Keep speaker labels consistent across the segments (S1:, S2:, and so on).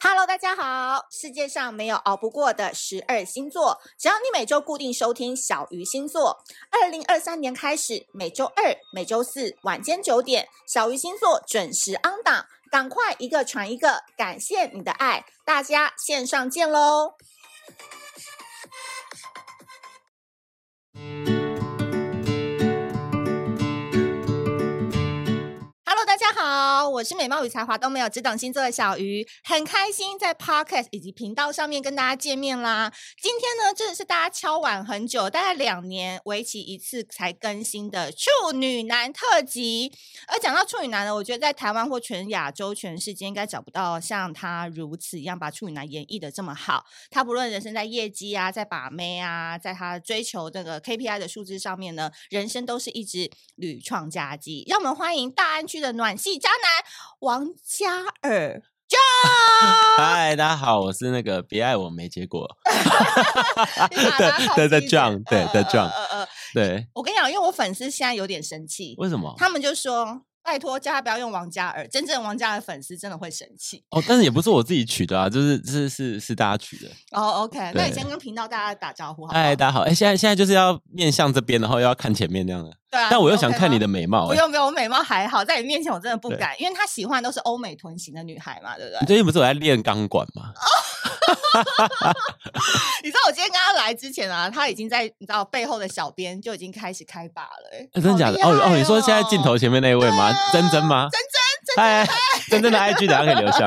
S1: Hello，大家好！世界上没有熬不过的十二星座，只要你每周固定收听小鱼星座，二零二三年开始，每周二、每周四晚间九点，小鱼星座准时 on 档，赶快一个传一个，感谢你的爱，大家线上见喽！Hello，大家好，我是美貌与才华都没有，只懂星座的小鱼，很开心在 Podcast 以及频道上面跟大家见面啦。今天呢，真的是大家敲碗很久，大概两年为期一次才更新的处女男特辑。而讲到处女男呢，我觉得在台湾或全亚洲、全世界应该找不到像他如此一样把处女男演绎的这么好。他不论人生在业绩啊，在把妹啊，在他追求这个 KPI 的数字上面呢，人生都是一直屡创佳绩。让我们欢迎大安区的暖系渣男王嘉尔。
S2: 嗨，大家好，我是那个别爱我没结果
S1: 你把他靠
S2: 啊
S1: 近
S2: 对在
S1: 一点
S2: John，对
S1: 呃
S2: 在
S1: 呃
S2: John
S1: 呃呃呃
S2: 对，
S1: 我跟你讲，因为我粉丝现在有点生气，
S2: 为什么？
S1: 他们就说。拜托，叫他不要用王嘉尔。真正王嘉尔粉丝真的会生气。
S2: 哦，但是也不是我自己取的啊，就是是是是大家取的。
S1: 哦、o k 那你
S2: 对
S1: 先跟频道大家打招呼好不好？
S2: 嗨，大家好，哎、现在现在就是要面向这边，然后又要看前面那样的，
S1: 对啊，
S2: 但我又
S1: OK
S2: 想看
S1: 吗
S2: 你的美貌、
S1: 不
S2: 哎，
S1: 用不用，我美貌还好，在你面前我真的不
S2: 对
S1: 敢，因为他喜欢的都是欧美臀型的女孩嘛，对不对
S2: 你？最近不是有在练钢管吗？
S1: 啊你知道我今天跟他来之前啊，他已经在你知道背后的小编就已经开始开把了、欸
S2: 哎真的假的？哦哦，你说现在镜头前面那一位吗？
S1: 对啊
S2: 珍珍吗？
S1: 真
S2: 真嗨，珍珍的 IG 等下可以留下。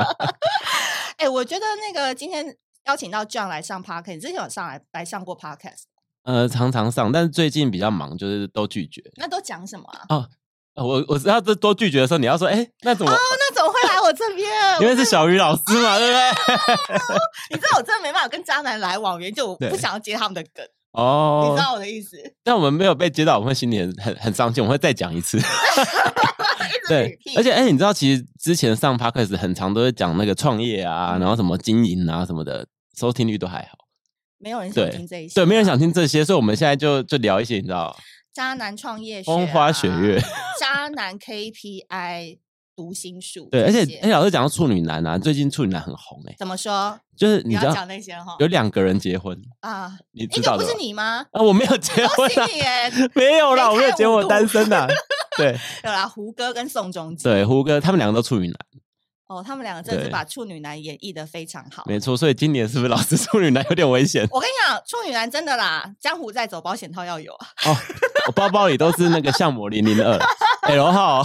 S1: 哎、欸我觉得那个今天邀请到 John 来上 podcast，你之前有上来来上过 podcast，
S2: 呃，常常上，但是最近比较忙，就是都拒绝。
S1: 那都讲什么 啊？
S2: 呃我我知道这都拒绝的时候，你要说，哎、那怎么？
S1: 哦那怎么会来我这 边？
S2: 因
S1: 啊我
S2: 为是小鱼老师嘛，对 不对？
S1: 你知道我真的没办法跟渣男来往，原因就我不
S2: 对
S1: 想要接他们的梗，
S2: 哦，
S1: 你知道我的意思？
S2: 但我们没有被接到，我们会心里很很很伤心，我们会再讲 一次。
S1: 一直
S2: 对
S1: 女，屁
S2: 而且哎、你知道，其实之前上 podcast 很常都会讲那个创业啊，
S1: 嗯
S2: 然后什么经营啊什么的，收听率都还好。
S1: 没有人想
S2: 对
S1: 听这一些，啊
S2: 对，没人想听这些，所以我们现在就就聊一些，你知道，
S1: 渣男创业学、啊、
S2: 风花雪月。
S1: 渣男 KPI 读心术这
S2: 对，
S1: 些。
S2: 而且哎、老师讲到处女男啊，最近处女男很红哎、
S1: 怎么说？
S2: 就是
S1: 不
S2: 你
S1: 要
S2: 知道
S1: 讲那些哈
S2: 有两个人结婚，
S1: 啊！
S2: 你
S1: 哎，
S2: 知
S1: 那
S2: 道
S1: 不
S2: 的吧
S1: 是你 吗？
S2: 啊，我没有结
S1: 恭
S2: 婚
S1: 喜
S2: 啊，
S1: 你耶！
S2: 没有啦，
S1: 没
S2: 我没有
S1: 看
S2: 结
S1: 五
S2: 婚，
S1: 度
S2: 我单身啊。对
S1: 有啦，胡歌跟宋仲基
S2: 对，胡歌他们两个都处女男，
S1: 哦，他们两个真的是
S2: 对
S1: 把处女男演绎的非常好。
S2: 没错，所以今年是不是老师处女男有点危险？
S1: 我跟你讲，处女男真的啦，江湖在走，保险套要有啊。
S2: 哦，我包包里都是那个相模零 零二 L 号，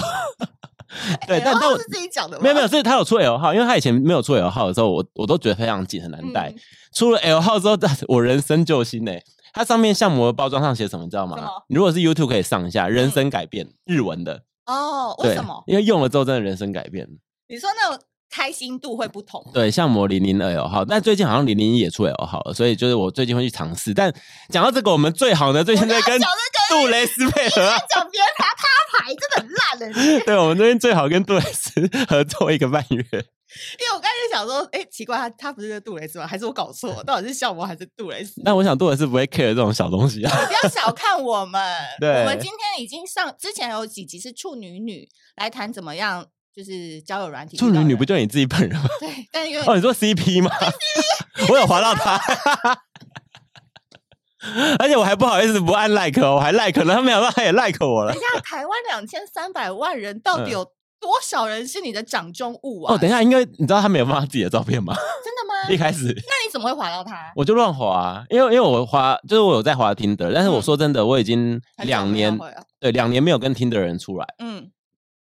S2: 对，
S1: 哎然
S2: 但但
S1: 后
S2: 我
S1: 是自己讲的吗，
S2: 没有没有，是他有出 L 号，因为他以前没有出 L 号的时候，我我都觉得非常紧，很难带
S1: 嗯。
S2: 出了 L 号之后，我人生救星呢、它上面相模的包装上写什么，你知道
S1: 什
S2: 吗
S1: 么？
S2: 如果是 YouTube 可以上一下，人生改变、日文的，
S1: 哦。为
S2: 对
S1: 什么？
S2: 因为用了之后真的人生改变。
S1: 你说那种开心度会不同？
S2: 对，相模零零二 L 号，但最近好像零零一也出 L 号了，所以就是我最近会去尝试。但讲到这个，我们最好呢，最近在跟
S1: 讲这
S2: 杜蕾斯配合啊。
S1: 个讲别人拿他牌真的很烂的，你
S2: 对，我们这边最好跟杜蕾斯合作一个半月。
S1: 因为我刚才就想说，哎、奇怪，他他不是杜蕾斯吗？还是我搞 错？到底是笑我还是杜蕾斯？
S2: 但我想杜蕾斯不会 care 这种小东西啊。
S1: 你不要小看我 们，我们
S2: 对
S1: 今天已经上之前有几集是处女女来谈怎么样，就是交友软体遇
S2: 处
S1: 到
S2: 女女
S1: 人
S2: 不就你自己本人吗？
S1: 对，但 因为、
S2: 哦，你说 CP 吗？ 我有划到他，而且我还不好意思不按 like，哦，我还 like 了，他没想到他也 like 我了
S1: 等一。下台湾两千三百万人到底
S2: 嗯
S1: 有多少人是你的掌中物啊？
S2: 哦，等一下，应该你知道他没有放他自己的照片 吗？
S1: 真的吗？
S2: 一开始
S1: 那你怎么会划到他？
S2: 我就乱滑、因为因为我滑就是我有在滑听的，但是我
S1: 嗯
S2: 说真的，我已经
S1: 很久
S2: 两
S1: 没有
S2: 年
S1: 回了
S2: 对两年没有跟听的人出来，
S1: 啊嗯，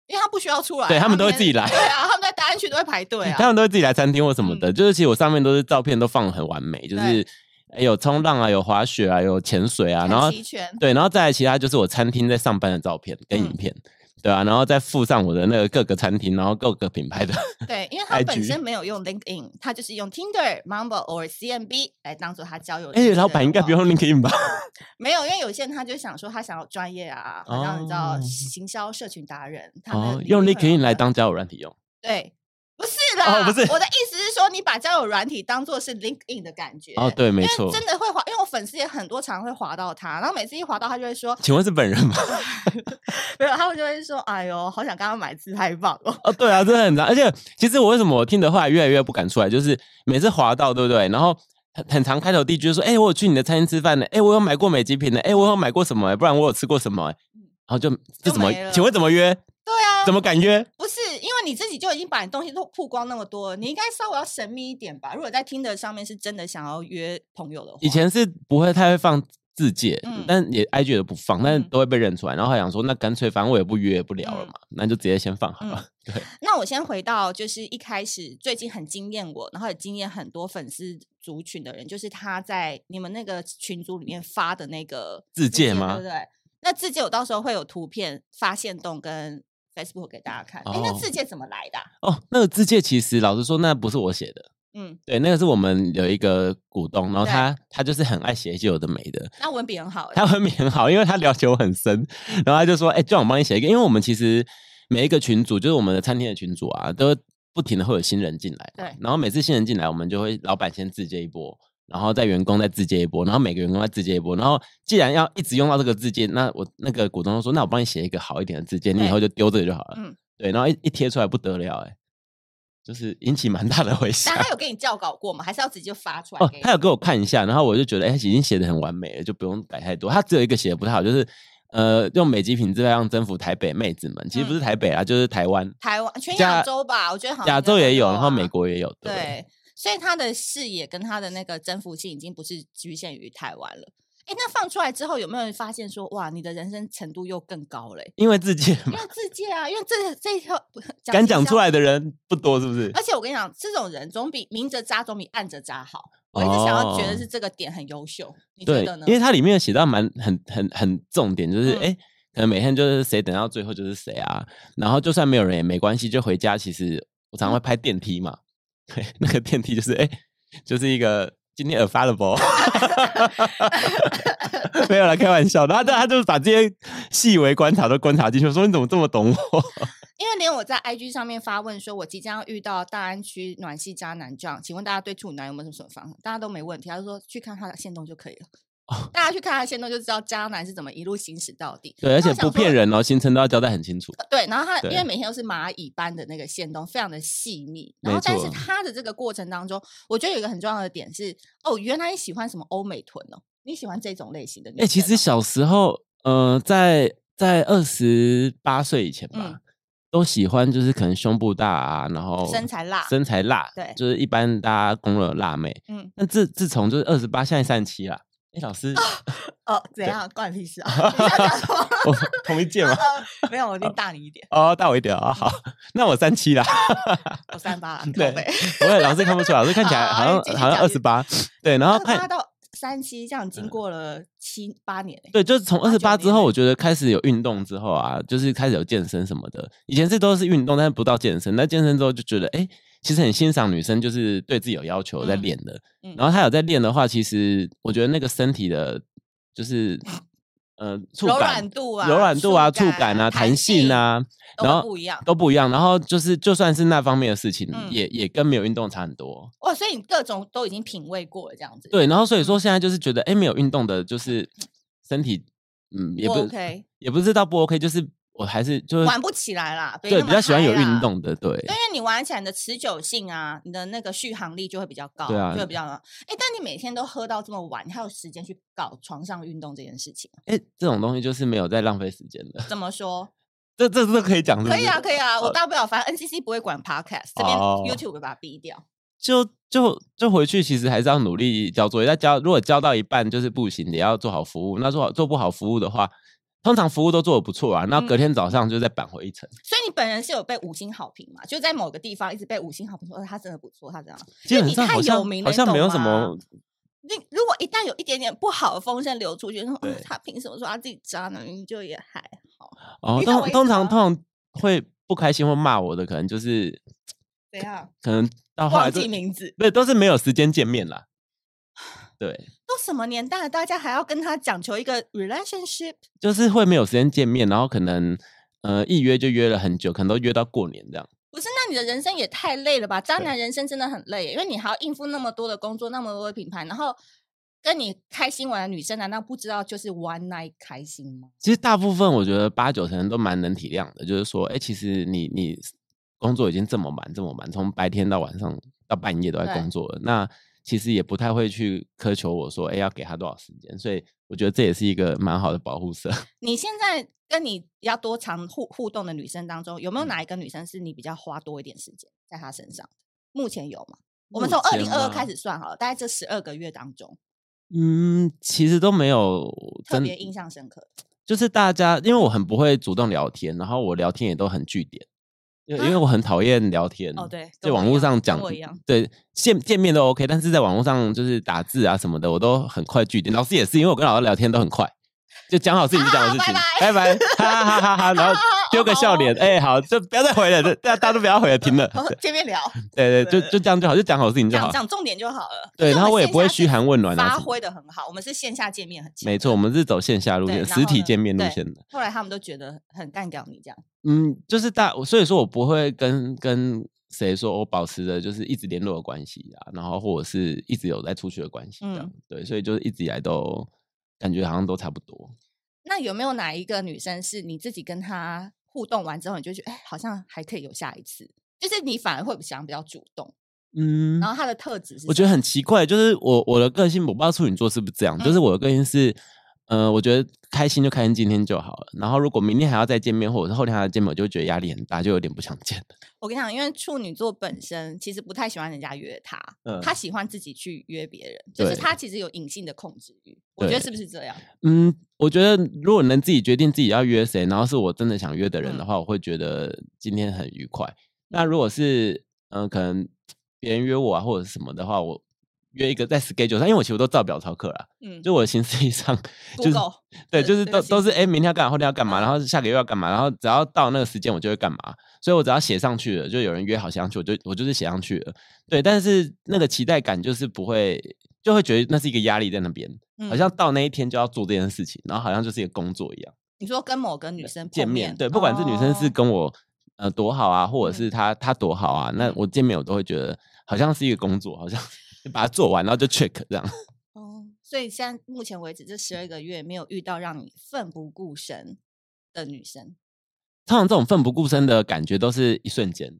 S1: 因为他不需要出来，
S2: 对他们都会自己来
S1: 对啊，他们在大安区都会排队
S2: 他
S1: 啊。嗯
S2: 们都会自己来餐厅或什么的。就是其实我上面都是照片都放得很完美，就是有冲浪啊，有滑雪啊，有潜水啊，
S1: 很
S2: 然后
S1: 齐全，
S2: 对，然后再来其他就是我餐厅在上班的照片
S1: 嗯
S2: 跟影片，对啊，然后再附上我的那个各个餐厅，然后各个品牌的。
S1: 对，因为他本
S2: IG
S1: 身没有用 LinkedIn，他就是用 Tinder、Mumble or CMB 来当做他交友。
S2: 哎、老板应该不。用 LinkedIn 吧？
S1: 没有，因为有些人他就想说他想要专业啊，好像你知道
S2: 哦
S1: 行销社群达人，他那个
S2: 哦，
S1: 履
S2: 用
S1: 历会很
S2: LinkedIn 来
S1: 好
S2: 当交友软体用。
S1: 对，不是啦，
S2: 哦不是
S1: 我的意思是说说你把交友软体当做是 LinkedIn 的感觉。
S2: 哦，对，没
S1: 因为
S2: 错。
S1: 真的会滑，因为我粉丝也很多，常常会滑到他，然后每次一滑到他就会说，
S2: 请问是本人吗？
S1: 没有，他们就会说，哎呦，好想跟他买自拍棒哦。
S2: 哦，对啊，真的很长。而且其实我为什么我听的后来越来越不敢出来，就是每次滑到，对不对？然后很很常开头第一句就说：“哎、我有去你的餐厅吃饭呢，哎、我有买过美极品呢，哎、我有买过什么、不然我有吃过什么、然后就这怎么
S1: 没了？
S2: 请问怎么约？
S1: 对啊，
S2: 怎么敢约？
S1: 不是，因为你自己就已经把你东西都曝光那么多了，你应该稍微要神秘一点吧。如果在听的上面是真的想要约朋友的话，
S2: 以前是不会太会放字界，
S1: 嗯
S2: 但也 IG 也不放，但是
S1: 嗯
S2: 都会被认出来。然后还想说，那干脆反正我也不约也不聊了嘛，那就直接先放好了。
S1: 嗯
S2: 对，
S1: 那我先回到就是一开始最近很惊艳我，然后也惊艳很多粉丝族群的人，就是他在你们那个群组里面发的那个
S2: 自介吗
S1: 对不对？那自介我到时候会有图片发现动跟 Facebook 给大家看。哎、那
S2: 哦
S1: 自介怎么来的啊、
S2: 哦，那个字界其实老实说，那不是我写的。
S1: 嗯，
S2: 对，那个是我们有一个股东，然后
S1: 对
S2: 他他就是很爱写一些有的没的，
S1: 那文笔很好、欸，
S2: 他文笔很好，因为他了解我很深，然后他就说：“哎、就让我帮你写一个，因为我们其实每一个群组，就是我们的餐厅的群组啊，都不停的会有新人进来，
S1: 对
S2: 然后每次新人进来，我们就会老板先自接一波。”然后再员工再自接一波，然后每个员工再自接一波，然后既然要一直用到这个自接，那我那个股东就说，那我帮你写一个好一点的自接，你以
S1: 对
S2: 后就丢这个就好了。
S1: 嗯
S2: 对，然后一一贴出来不得了、哎，就是引起蛮大的回响
S1: 但。他有给你校稿过吗？还是要直接发出来
S2: 哦
S1: 给，你？
S2: 他有给我看一下，然后我就觉得，哎、已经写的很完美了，就不用改太多。他只有一个写的不太好，就是呃，用美极品质量征服台北妹子们，其实不是台北啊，就是台湾、
S1: 台湾嗯全
S2: 加
S1: 亚洲吧，我觉得好像
S2: 亚
S1: 应该
S2: 洲
S1: 都
S2: 也有，然后
S1: 啊
S2: 美国也有，对。
S1: 对，所以他的视野跟他的那个征服性已经不是局限于台湾了。哎，那放出来之后有没有人发现说，哇，你的人生程度又更高嘞、
S2: 因为自己
S1: 因为 自介啊，因为这这一条 不
S2: 敢讲出，
S1: 直销
S2: 来的人不多，是不是？
S1: 而且我跟你讲，这种人总比明着扎总比暗着扎好。 我一直想要觉得是这个点很优秀，你觉
S2: 哦对
S1: 得呢，？
S2: 因为它里面有写到蛮很很很重点，就是
S1: 嗯
S2: 哎、诶可能每天就是谁等到最后就是谁啊，然后就算没有人也没关系，就回家。其实我常
S1: 嗯
S2: 常会拍电梯嘛， 对，那个电梯就是哎、诶就是一个今天 available，没有啦，开玩笑。然后但他就是把这些细微观察都观察进去，我说你怎么这么懂我？
S1: 因为连我在 IG 上面发问说，我即将要遇到大安区暖系渣男这样，请问大家对处女男有没有什么方法？大家都没问题，他就说去看他的线动就可以了。
S2: 哦
S1: 大家去看他的线动就知道渣男是怎么一路行驶到底。
S2: 对，而
S1: 那
S2: 且
S1: 我想
S2: 不骗
S1: 说。
S2: 人哦，行程都要交代很清楚。
S1: 对，然后他因为
S2: 对
S1: 每天都是蚂蚁般的那个线动，非常的细密。然后
S2: 没，
S1: 但是
S2: 错
S1: 他的这个过程当中，我觉得有一个很重要的点是，哦，原来你喜欢什么欧美臀哦，你喜欢这种类型的女
S2: 哎、其
S1: 生
S2: 实
S1: 哦
S2: 小时候，呃，在在二十八岁以前吧，
S1: 嗯
S2: 都喜欢就是可能胸部大啊，然后
S1: 哦身材辣
S2: 身材辣，
S1: 对
S2: 就是一般大家公认的辣妹。
S1: 嗯，
S2: 那自自从就是二十八，现在三十七啦。哎、老师，
S1: 哦，怎样关你屁 事啊？你要讲什么
S2: 我同一届吗？
S1: 没有，我一定大你一点，
S2: 哦，大我一点啊、好， 那我三七啦。
S1: 我三八啦，
S2: 对
S1: 靠背。
S2: 不会，老师看不出来，老师看起来
S1: 好
S2: 好
S1: 哎继
S2: 像
S1: 续
S2: 好像
S1: 讲
S2: 二十八。对，然后
S1: 二十
S2: 看嗯
S1: 八到三七，这样经过了七八年、欸、
S2: 对，就是从
S1: 八
S2: 二
S1: 九
S2: 十八之
S1: 年
S2: 后，
S1: 了
S2: 我觉得开始有运动之后啊，就是开始有健身什么的。以前是都是运动，但是不到健身。但健身之后就觉得，哎、其实很欣赏女生，就是对自己有要求在
S1: 嗯
S2: 练的。
S1: 嗯
S2: 然后她有在练的话，其实我觉得那个身体的，就是呃触
S1: 柔
S2: 感
S1: 软、度啊，
S2: 柔软度啊、触感啊、弹性啊，
S1: 都会
S2: 然后
S1: 不一样
S2: 都不一样。然后就是就算是那方面的事情，
S1: 嗯
S2: 也也跟没有运动差很多。
S1: 哇，所以你各种都已经品味过了，这样子。
S2: 对，然后所以
S1: 嗯
S2: 说现在就是觉得，哎、没有运动的，就是身体，嗯，也
S1: 不
S2: 不
S1: 哦 OK，
S2: 也不知道不 OK，就是我还是就是
S1: 玩不起来啦，没
S2: 对，
S1: 那
S2: 比
S1: 么
S2: 较喜欢
S1: 嗨
S2: 有运
S1: 啦。
S2: 动的，对，
S1: 对因为你玩起来，你的持久性啊，你的那个续航力就会比较高，
S2: 对啊
S1: 就会比较高。哎，但你每天都喝到这么晚，你还有时间去搞床上运动这件事情？啊
S2: 哎、这种东西就是没有在浪费时间的，
S1: 怎么说？
S2: 这这这可以讲，是不
S1: 可以啊，
S2: 是
S1: 可以啊，我大不了反正 NCC 不会管 Podcast，这边
S2: 呃哦
S1: YouTube 会把它逼掉。
S2: 就就就回去，其实还是要努力交作业。但交如果交到一半就是不行，也要做好服务。那做好做不好服务的话，通常服务都做的不错啊，那
S1: 嗯
S2: 隔天早上就再扳回一城。
S1: 所以你本人是有被五星好评嘛？就在某个地方一直被五星好评，说呃他真的不错，他这样。因
S2: 基
S1: 为
S2: 本
S1: 你
S2: 上
S1: 太
S2: 好
S1: 有
S2: 像
S1: 名了
S2: 好
S1: 你
S2: 像没
S1: 懂
S2: 有什
S1: 吗
S2: 么
S1: 那如果一旦有一点点不好的风声流出去，说、哦
S2: 对、
S1: 他凭什么说他自己渣男？你就也还好，
S2: 哦，
S1: 你懂我
S2: 通
S1: 意
S2: 通
S1: 思
S2: 常
S1: 吗
S2: 通常会不开心或骂我的，可能就是
S1: 怎样？
S2: 可能到后
S1: 啊
S2: 来
S1: 忘
S2: 就
S1: 记名字，
S2: 对都是没有时间见面啦。对，
S1: 都什么年代了，大家还要跟他讲求一个 relationship？
S2: 就是会没有时间见面，然后可能呃一约就约了很久，可能都约到过年这样。
S1: 不是，那你的人生也太累了吧？渣
S2: 对
S1: 男人生真的很累耶，因为你还要应付那么多的工作，那么多的品牌，然后跟你开心玩的女生，难道不知道就是 one night 开心吗？
S2: 其实大部分我觉得八九成人都蛮能体谅的，就是说，哎、其实你你工作已经这么忙这么忙，从白天到晚上到半夜都在
S1: 对
S2: 工作了，那其实也不太会去苛求我说，哎、要给他多少时间，所以我觉得这也是一个蛮好的保护色。
S1: 你现在跟你比较多常互互动的女生当中，有
S2: 嗯
S1: 没有哪一个女生是你比较花多一点时间在她身上的？目前有吗？我们
S2: 目
S1: 从二零
S2: 前
S1: 二二
S2: 吗
S1: 开始算好了，大概这十二个月当中，
S2: 嗯，其实都没有
S1: 特
S2: 真
S1: 别印象深刻的。
S2: 就是大家，因为我很不会主动聊天，然后我聊天也都很据点，因为因为
S1: 啊
S2: 我很讨厌聊天。
S1: 哦，，对，
S2: 嗯在
S1: 跟我
S2: 网
S1: 一
S2: 络
S1: 样
S2: 上
S1: 跟
S2: 讲
S1: 我一样，，
S2: 对见见面都 OK，但是在网络上就是打字啊什么的，我都很快据点。老师也是，因为我跟老师聊天都很快，就讲好自己就讲好事情，
S1: 啊
S2: 拜拜，哈哈哈哈，然后丢个笑脸，哎、好，就不要再回了，这大家大家都不要回了，停了，
S1: 哦见面 聊，
S2: 对对，
S1: 对
S2: 就就这样就好，就讲好事情就
S1: 讲
S2: 好。
S1: 讲重点就好了。
S2: 对，
S1: 就是
S2: 然后
S1: 们
S2: 我也
S1: 线
S2: 不会
S1: 下
S2: 嘘
S1: 是
S2: 寒问暖啊
S1: 发
S2: 什么。
S1: 挥的很好。我们是线下见面很勤
S2: 没错，我们是走线下路
S1: 对
S2: 线，
S1: 然后
S2: 实体
S1: 呢
S2: 见面路
S1: 对
S2: 线的。
S1: 后来他们都觉得很干掉你这样，
S2: 嗯，就是大，所以说我不会跟跟谁说我保持着就是一直联络的关系啊，然后或者是一直有在出去的关系这样。
S1: 嗯
S2: 对，所以就是一直以来都感觉好像都差不多。
S1: 那有没有哪一个女生是你自己跟她互动完之后，你就觉得哎，好像还可以有下一次？就是你反而会想比较主动，
S2: 嗯
S1: 然，后她的特质是什么？
S2: 我觉得很奇怪，就是我我的个性，我不知道处女座是不是这样，就是我的个性是。呃，我觉得开心就开心，今天就好了。然后如果明天还要再见面，或者是后天还要见面，我就会觉得压力很大，就有点不想见了。
S1: 我跟你讲，因为处女座本身其实不太喜欢人家约她，
S2: 嗯
S1: 她喜欢自己去约别人，就是
S2: 对
S1: 她其实有隐性的控制欲。我觉得
S2: 对
S1: 是不是这样？
S2: 嗯，我觉得如果能自己决定自己要约谁，然后是我真的想约的人的话，我会觉得今天很愉快。那如果是嗯、呃可能别人约我啊或者是什么的话，我约一个在 schedule 上，因为我其实都照表操课啦，
S1: 嗯
S2: 就我的行事历上
S1: g o o
S2: 就是
S1: g l
S2: 对，
S1: 这
S2: 就是
S1: 这
S2: 都
S1: 个
S2: 都
S1: 行
S2: 是哎、诶明天要干嘛，后天要干嘛，
S1: 嗯
S2: 然后下个月要干嘛，然后只要到那个时间我就会干嘛，所以我只要写上去了，就有人约好写上去，我就我就是写上去了。对，但是那个期待感就是不会，就会觉得那是一个压力在那边。
S1: 嗯
S2: 好像到那一天就要做这件事情，然后好像就是一个工作一样。
S1: 你说跟某个女生碰
S2: 呃见面对，不管是女生是
S1: 哦
S2: 跟我、呃多好啊，或者是她她多好啊，那
S1: 嗯
S2: 我见面我都会觉得好像是一个工作，好像 就把它做完，然后就 check 这样。
S1: 哦，所以现在目前为止这十二个月没有遇到让你奋不顾身的女生，
S2: 通常这种奋不顾身的感觉都是一瞬间，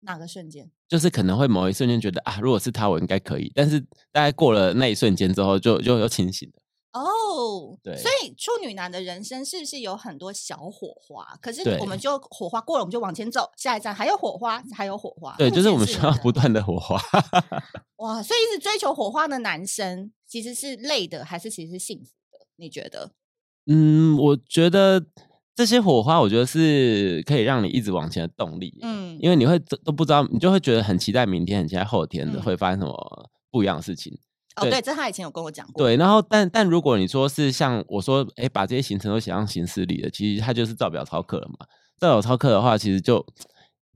S1: 哪个瞬间？
S2: 就是可能会某一瞬间觉得啊，如果是她我应该可以，但是大概过了那一瞬间之后就，就又清醒了。
S1: 哦，
S2: 对
S1: 所以处女男的人生是不是有很多小火花？可是我
S2: 对
S1: 们就火花过了，我们就往前走，下一站还有火花，还有火花。
S2: 对，
S1: 目
S2: 就是
S1: 前
S2: 我们需
S1: 你
S2: 要
S1: 的
S2: 不断的火花。
S1: 哇，所以一直追求火花的男生其实是累的，还是其实是幸福的？你觉得？
S2: 嗯，我觉得这些火花，我觉得是可以让你一直往前的动力。
S1: 嗯
S2: 因为你会都都不知道，你就会觉得很期待明天，很期待后天的
S1: 嗯
S2: 会发生什么不一样的事情。
S1: 哦，
S2: 对
S1: 对，这他以前有跟我讲过。
S2: 对，然后但但如果你说是像我说，哎，把这些行程都写上行事历的，其实它就是照表操课了嘛。照表操课的话，其实就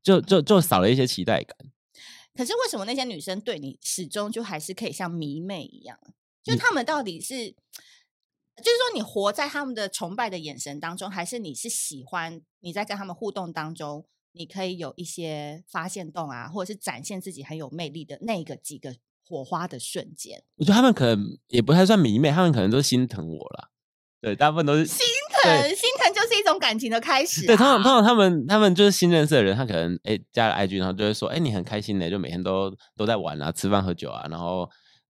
S2: 就就就少了一些期待感。
S1: 可是为什么那些女生对你始终就还是可以像迷妹一样？就
S2: 嗯
S1: 她们到底是，就是说你活在他们的崇拜的眼神当中，还是你是喜欢你在跟他们互动当中，你可以有一些发现洞啊，或者是展现自己很有魅力的那个几个火花的瞬间？
S2: 我觉得他们可能也不太算迷妹，他们可能都心疼我啦。对，大部分都是
S1: 心
S2: 对
S1: 疼， 心疼就是一种感情的开始、啊。
S2: 对，通常通常他们他们就是新认识的人，他可能哎、诶加了 IG，然后就会说哎、诶你很开心呢，就每天都都在玩啊，吃饭喝酒啊，然后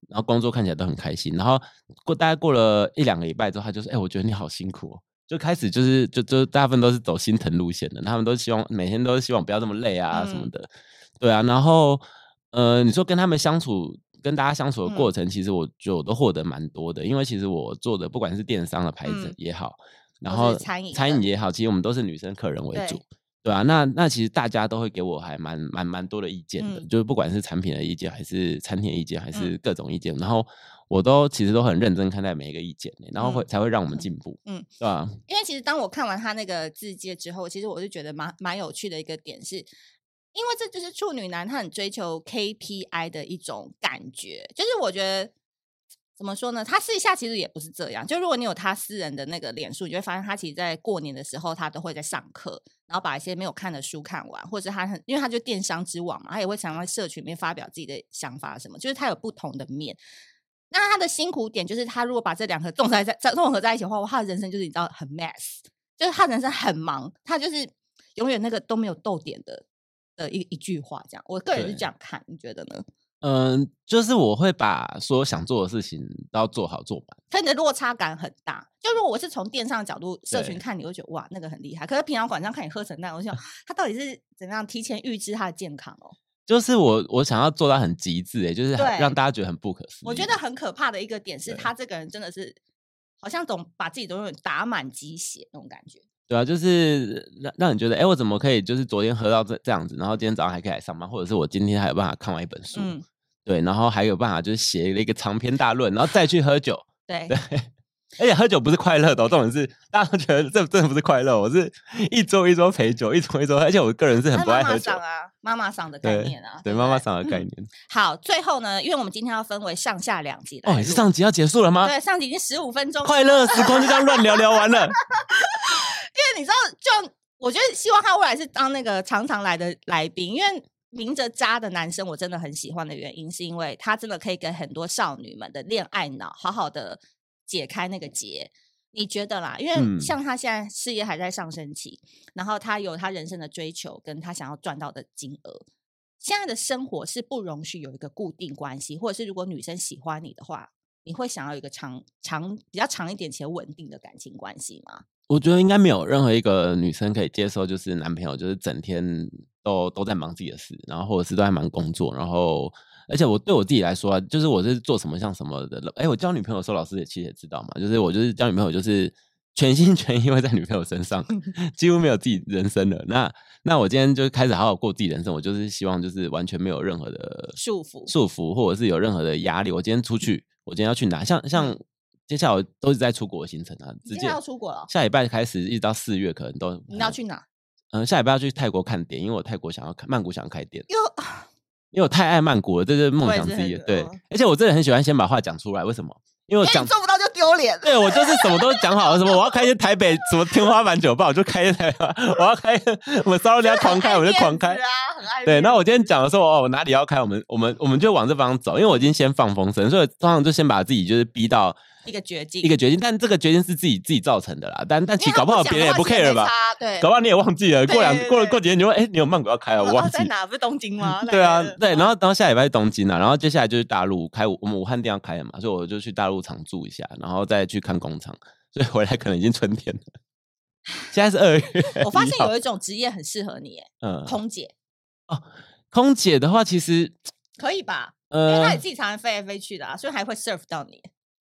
S2: 然后工作看起来都很开心，然后过大概过了一两个礼拜之后，他就说哎、诶我觉得你好辛苦、哦。就开始就是就就大部分都是走心疼路线的，他们都希望每天都希望不要这么累啊什么
S1: 嗯
S2: 的，对啊。然后呃，你说跟他们相处，跟大家相处的
S1: 嗯
S2: 过程，其实我觉得我都获得蛮多的，因为其实我做的不管是电商的牌子
S1: 嗯
S2: 也好，然
S1: 或
S2: 后
S1: 是餐饮
S2: 餐
S1: 的
S2: 饮也好，其实我们都是女生客人为
S1: 对
S2: 主，对啊，那那其实大家都会给我还蛮蛮蛮多的意见的，
S1: 嗯
S2: 就是不管是产品的意见，还是餐厅的意见，还是
S1: 嗯
S2: 各种意见，然后我都其实都很认真看待每一个意见欸、然后会、
S1: 嗯
S2: 才会让我们进步，
S1: 嗯
S2: 嗯，对吧、啊？
S1: 因为其实当我看完他那个字界之后，其实我就觉得蛮蛮有趣的一个点是，因为这就是处女男他很追求 KPI 的一种感觉，就是我觉得怎么说呢？他私底下其实也不是这样。就如果你有他私人的那个脸书，你就会发现他其实，在过年的时候，他都会在上课，然后把一些没有看的书看完，或者他很，因为他就电商之王嘛，他也会常常在社群里面发表自己的想法什么，就是他有不同的面。那他的辛苦点就是，他如果把这两个综合在在综合在一起的话，哇他的人生就是你知道很 mess，就是他人生很忙，他就是永远那个都没有逗点的的一一句话这样。我个人是
S2: 对
S1: 这样看，你觉得呢？
S2: 嗯，就是我会把所有想做的事情都要做好做满。
S1: 可你的落差感很大。就如果我是从电商的角度社群
S2: 对
S1: 看，你会觉得哇那个很厉害。可是平常管上看你喝成那样，我就 想他到底是怎么样提前预知他的健康哦？
S2: 就是我我想要做到很极致、欸，就是很
S1: 对
S2: 让大家觉得很不可思议。
S1: 我觉得很可怕的一个点是
S2: 嗯对
S1: 他这个人真的是好像总把自己都有点打满鸡血那种感觉。
S2: 对啊，就是让让你觉得，哎、我怎么可以就是昨天喝到这这样子，然后今天早上还可以来上班，或者是我今天还有办法看完一本书，
S1: 嗯，
S2: 对，然后还有办法就是写了一个长篇大论，然后再去喝酒，
S1: 对，
S2: 而且喝酒不是快乐的、哦，重点是大家都觉得这真的不是快乐，哦我是一桌一桌陪酒，一桌一桌，而且我个人是很
S1: 那
S2: 不爱
S1: 妈妈
S2: 喝酒
S1: 桑，啊，妈妈桑的概
S2: 对
S1: 念啊，
S2: 对，
S1: 不
S2: 妈妈桑的概
S1: 嗯
S2: 念。
S1: 好，最后呢，因为我们今天要分为上下两集来
S2: 哦，也是
S1: 录
S2: 上集要结束了吗？
S1: 对上集已经十五分钟了，
S2: 快乐时光就这样乱聊聊完了，
S1: 因为你知道，就我觉得希望他未来是当那个常常来的来宾，因为明着渣的男生我真的很喜欢的原因，是因为他真的可以给很多少女们的恋爱脑好好的解开那个结。你觉得啦？因为
S2: 嗯
S1: 像他现在事业还在上升期，然后他有他人生的追求，跟他想要赚到的金额。现在的生活是不容许有一个固定关系，或者是如果女生喜欢你的话，你会想要有一个长长比较长一点且稳定的感情关系吗？
S2: 我觉得应该没有任何一个女生可以接受，就是男朋友就是整天都都在忙自己的事，然后或者是都在忙工作，然后而且我对我自己来说啊，就是我是做什么像什么的。哎，我交女朋友的时候，老师也其实也知道嘛，就是我就是交女朋友就是全心 全意会在女朋友 身上，几乎没有自己人生了。那那我今天就开始好好过自己人生，我就是希望就是完全没有任何的
S1: 束缚
S2: 束缚，或者是有任何的压力。我今天出去，我今天要去哪？像像接下来我都是在出国的行程啊，
S1: 嗯你
S2: 直
S1: 现
S2: 接
S1: 在要出国了哦，
S2: 下礼拜开始一直到四月，可能都
S1: 你要去哪？
S2: 嗯、呃下礼拜要去泰国看店，因为我泰国想要看曼谷想要开店，
S1: 因为
S2: 因为我太爱曼谷了，这是梦
S1: 我也
S2: 想
S1: 是
S2: 之一。
S1: 很
S2: 对
S1: 嗯，
S2: 而且我这人很喜欢先把话讲出来，为什么？因为我
S1: 因为
S2: 讲
S1: 你。做不到就丢脸。
S2: 对，我就是什么都讲好了，什么我要开一些台北什么天花板酒吧，我就开一些台，我要开，我骚扰人家 狂开，我就狂开
S1: 很爱面子。啊，很爱
S2: 对，
S1: 面
S2: 那我
S1: 子
S2: 今天讲的时候，哦，我哪里要开，我们我们我们就往这方向走，因为我已经先放风声，所以通常就先把自己就是逼到
S1: 一个绝境，
S2: 一个决定，但这个决定是自己自己造成的啦。但但
S1: 因
S2: 其
S1: 为
S2: 实
S1: 他
S2: 搞不好
S1: 讲的
S2: 别人也
S1: 话
S2: 不
S1: 其实
S2: care
S1: 没
S2: 吧，
S1: 差对，
S2: 搞不好你也忘记了，
S1: 对
S2: 过两
S1: 对
S2: 过
S1: 对
S2: 过几天你就问，哎、你有曼谷要开了，
S1: 哦
S2: 我忘
S1: 哦
S2: 记
S1: 在。哪？哦不是东京 吗？
S2: 对啊，对，然
S1: 后
S2: 后然后下礼拜是东京啊，然后接下来就是大陆开，我们武汉店要开了嘛，所以我就去大陆常住一下，然后再去看工厂，所以回来可能已经春天了。现在是二月一号，
S1: 我发现有一种职业很适合你耶，
S2: 哎嗯，
S1: 空姐
S2: 空姐的话，其实
S1: 可以吧？因为她
S2: 呃
S1: 也自己常常飞来飞去的，啊，所以还会 serve 到你。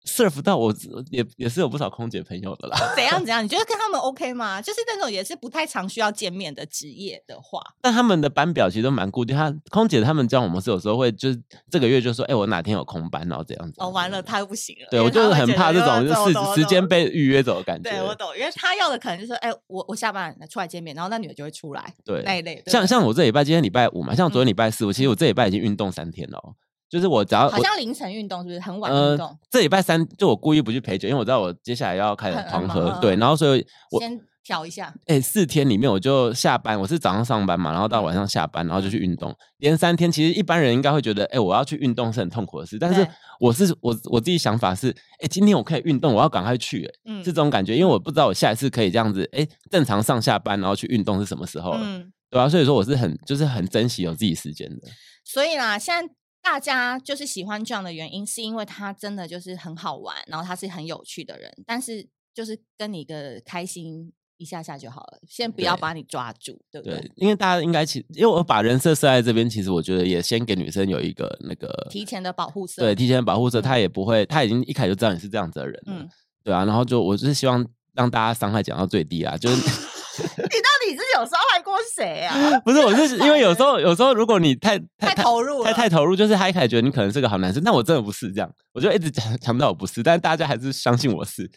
S2: ，serve 到我也也是有不少空姐朋友的啦，
S1: 怎样怎样？你觉得跟他们 OK 吗？就是那种也是不太常需要见面的职业的话，
S2: 但他们的班表其实都蛮固定。他空姐他们交往模式有时候会就是这个月就说，哎、我哪天有空班，然后怎样怎
S1: 哦，
S2: 样。
S1: 完了，他又不行了。
S2: 嗯对
S1: 因
S2: 我
S1: 为
S2: 就
S1: 他
S2: 是
S1: 会
S2: 很
S1: 觉得
S2: 怕这种
S1: 我懂懂
S2: 就是
S1: 我
S2: 时间
S1: 懂
S2: 被预约走的感觉。
S1: 对我懂，因为他要的可能就是，哎、我我下班出来见面，然后那女的就会出来，
S2: 对
S1: 那一嗯类。对不
S2: 像
S1: 对
S2: 像我这礼拜今天礼拜五嘛，像我昨天礼拜四，我其实我这礼拜已经运动三天了、哦，就是我只要
S1: 好
S2: 我
S1: 像凌晨运动，是不是很晚运
S2: 呃
S1: 动？
S2: 这礼拜三就我故意不去陪酒，因为我知道我接下来要开始
S1: 很很
S2: 狂
S1: 忙
S2: 喝
S1: 嗯，
S2: 对，
S1: 嗯
S2: 然后所以我
S1: 先调一下，
S2: 哎、四天里面我就下班，我是早上上班嘛，然后到晚上下班，然后就去运
S1: 嗯
S2: 动，连三天。其实一般人应该会觉得，哎、我要去运动是很痛苦的事，但是
S1: 对
S2: 我是我我自己想法是，哎、今天我可以运动，我要赶快去、哎
S1: 嗯，
S2: 是这种感觉，因为我不知道我下一次可以这样子，哎、正常上下班然后去运动是什么时候了，
S1: 嗯，
S2: 对啊，所以说我是很就是很珍惜有自己时间的，
S1: 所以啦，现在大家就是喜欢这样的原因，是因为他真的就是很好玩，然后他是很有趣的人，但是就是跟你个开心一下下就好了，先不要
S2: 对
S1: 把你抓住，对不对？
S2: 对，因为大家应该其因为我把人设设在这边，其实我觉得也先给女生有一个那个
S1: 提前的保护色，
S2: 对，提前保护色，
S1: 嗯
S2: 她也不会，她已经一开始就知道你是这样子的人了，
S1: 嗯，
S2: 对啊，然后就我就是希望让大家伤害减到最低啦，啊就是
S1: 你到底是有伤害过谁啊？
S2: 不是我是因为有时候有时候如果你 太
S1: 太投入
S2: 太
S1: 了，
S2: 太投入，就是她一开始觉得你可能是个好男生，但我真的不是这样，我就一直强强调我不是，但大家还是相信我是，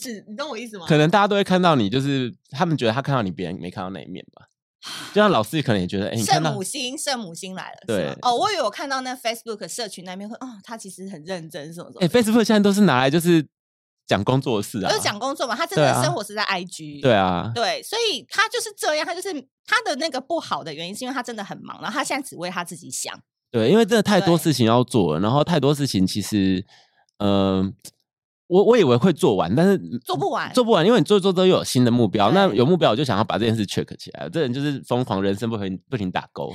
S1: 是你懂我意思吗？
S2: 可能大家都会看到你，就是他们觉得他看到你别人没看到那一面吧，就像老师可能也觉得，哎、你看
S1: 圣
S2: 到
S1: 母心，圣母心来了，是
S2: 对
S1: 吗？哦，我以为我看到那 Facebook 社群那边会，哦，他其实很认真，什么什
S2: 哎、
S1: 么
S2: f a c e b o o k 现在都是拿来就是讲工作的事
S1: 的，
S2: 啊，
S1: 就是讲工作嘛，他真
S2: 对
S1: 的
S2: 啊
S1: 生活是在 IG，
S2: 对啊，
S1: 对，所以他就是这样，他就是他的那个不好的原因，是因为他真的很忙，然后他现在只为他自己想。
S2: 对，因为真的太多
S1: 对
S2: 事情要做了，然后太多事情其实，嗯、我我以为会做完，但是
S1: 做不完
S2: 嗯做不完，因为你做做做又有新的目标，那
S1: 对
S2: 有目标我就想要把这件事 check 起来，这人就是疯狂，人生不停不停打勾。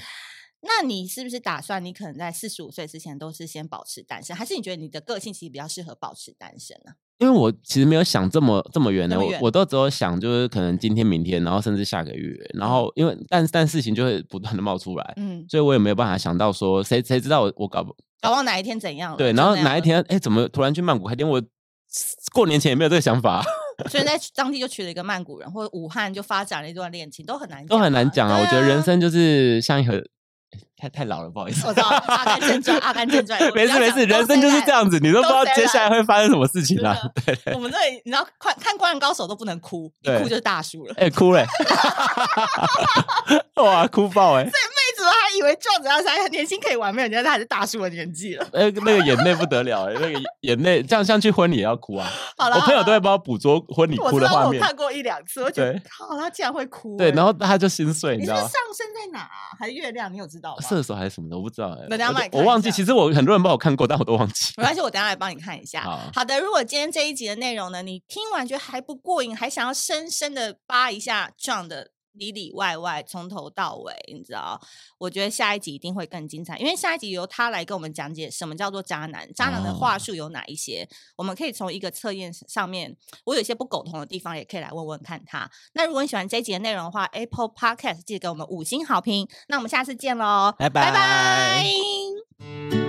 S1: 那你是不是打算，你可能在四十五岁之前都是先保持单身，还是你觉得你的个性其实比较适合保持单身啊呢、
S2: 因为我其实没有想这么这么远的，
S1: 那么
S2: 我
S1: 远
S2: 我都只有想就是可能今天、明天，然后甚至下个月，然后因为但但事情就会不断的冒出来，
S1: 嗯，
S2: 所以我也没有办法想到说谁谁知道我我搞不
S1: 搞忘哪一天怎样了？
S2: 对，
S1: 就
S2: 然后
S1: 那样
S2: 哪一
S1: 了，
S2: 天哎、怎么突然去曼谷开店？我过年前也没有这个 想法，
S1: 所以在当地就娶了一个曼谷人，或者武汉就发展了一段恋情，都很难，
S2: 都很难讲啊。
S1: 对
S2: 我觉得人。生就是像一盒，哎太太老了，不好意 思
S1: 我。知道《阿甘正传》，《阿甘正传》哦我
S2: 没
S1: 不
S2: 事
S1: 要
S2: 没
S1: 讲
S2: 事，人生就是这。样子，你都不知道
S1: 都谁
S2: 接下来会发生什么事情
S1: 都
S2: 啦、
S1: 谁来
S2: 对，
S1: 都谁来我们这里，你知道，看看《灌篮高手》都不能哭，一
S2: 对
S1: 哭就是大叔了。
S2: 哎、哭 嘞、哇，哭爆哎、
S1: 妹子们还以为壮子要三年轻可以玩，没有，人家他还是大叔的年纪了。
S2: 呃，那个眼泪不得了、欸，那个眼泪，这样像去婚礼也要哭啊。
S1: 好了，
S2: 我朋友
S1: 好
S2: 都
S1: 啦
S2: 会帮我捕捉婚礼
S1: 我
S2: 哭
S1: 知
S2: 的
S1: 道
S2: 画
S1: 我
S2: 面，
S1: 看过一两次，我觉得
S2: 对
S1: 靠，他竟然会哭、
S2: 对，
S1: 欸
S2: 然后他就心碎，
S1: 你是
S2: 你知
S1: 不
S2: 道
S1: 是
S2: 吗
S1: 上？身在哪、啊？还是月亮？你有知道吗？
S2: 射手还是什么的，我不知道哎、
S1: 人家
S2: 我
S1: 帮你
S2: 就
S1: 看
S2: 我
S1: 一
S2: 忘记，
S1: 下
S2: 其实我很多人帮我看过，但我都忘 记。
S1: 没关系，我等一下来帮你看一下。
S2: 好
S1: 的，如果今天这一集的内容呢，你听完觉得还不过瘾，还想要深深的扒一下撞的里里外外，从头到尾，你知道？我觉得下一集一定会更精彩，因为下一集由他来跟我们讲解什么叫做渣男，渣男的话
S2: 哦
S1: 术有哪一些，我们可以从一个测验上面，我有一些不苟同的地方，也可以来问问看他。那如果你喜欢这一集的内容的话，Apple Podcast 记得给我们五星好评。那我们下次见喽，
S2: 拜
S1: 拜
S2: 拜
S1: 拜